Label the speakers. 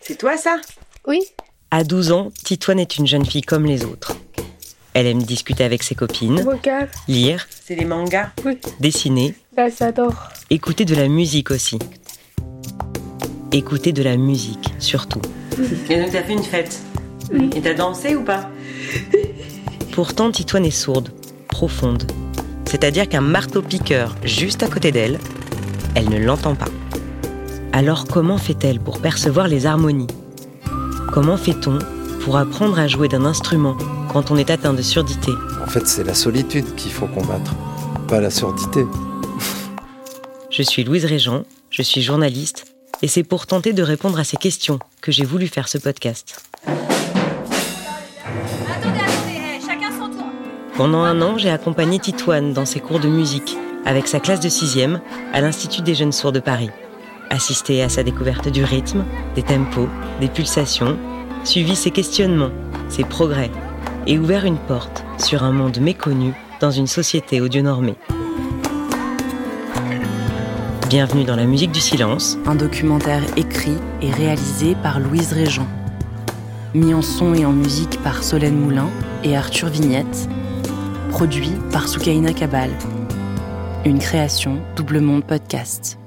Speaker 1: C'est toi ça
Speaker 2: Oui.
Speaker 3: À 12 ans, Titoine est une jeune fille comme les autres. Elle aime discuter avec ses copines,
Speaker 2: Regarde,
Speaker 3: lire,
Speaker 1: C'est des mangas.
Speaker 2: oui,
Speaker 3: dessiner,
Speaker 2: là j'adore.
Speaker 3: écouter de la musique aussi. Écouter de la musique, surtout.
Speaker 1: Et donc t'as fait une fête Et t'as dansé ou pas
Speaker 3: Pourtant, Titoine est sourde, profonde. C'est-à-dire qu'un marteau-piqueur juste à côté d'elle, elle ne l'entend pas. Alors comment fait-elle pour percevoir les harmonies Comment fait-on pour apprendre à jouer d'un instrument quand on est atteint de surdité
Speaker 4: En fait, c'est la solitude qu'il faut combattre, pas la surdité.
Speaker 3: Je suis Louise Régent, je suis journaliste, et c'est pour tenter de répondre à ces questions que j'ai voulu faire ce podcast.
Speaker 5: Attendez, attendez, hey, chacun son tour.
Speaker 3: Pendant un an, j'ai accompagné Titoine dans ses cours de musique avec sa classe de 6e à l'Institut des jeunes sourds de Paris. Assisté à sa découverte du rythme, des tempos, des pulsations, suivi ses questionnements, ses progrès et ouvert une porte sur un monde méconnu dans une société audionormée. Bienvenue dans la musique du silence,
Speaker 6: un documentaire écrit et réalisé par Louise Régent. Mis en son et en musique par Solène Moulin et Arthur Vignette. Produit par Soukaina Kabal. Une création Double Monde Podcast.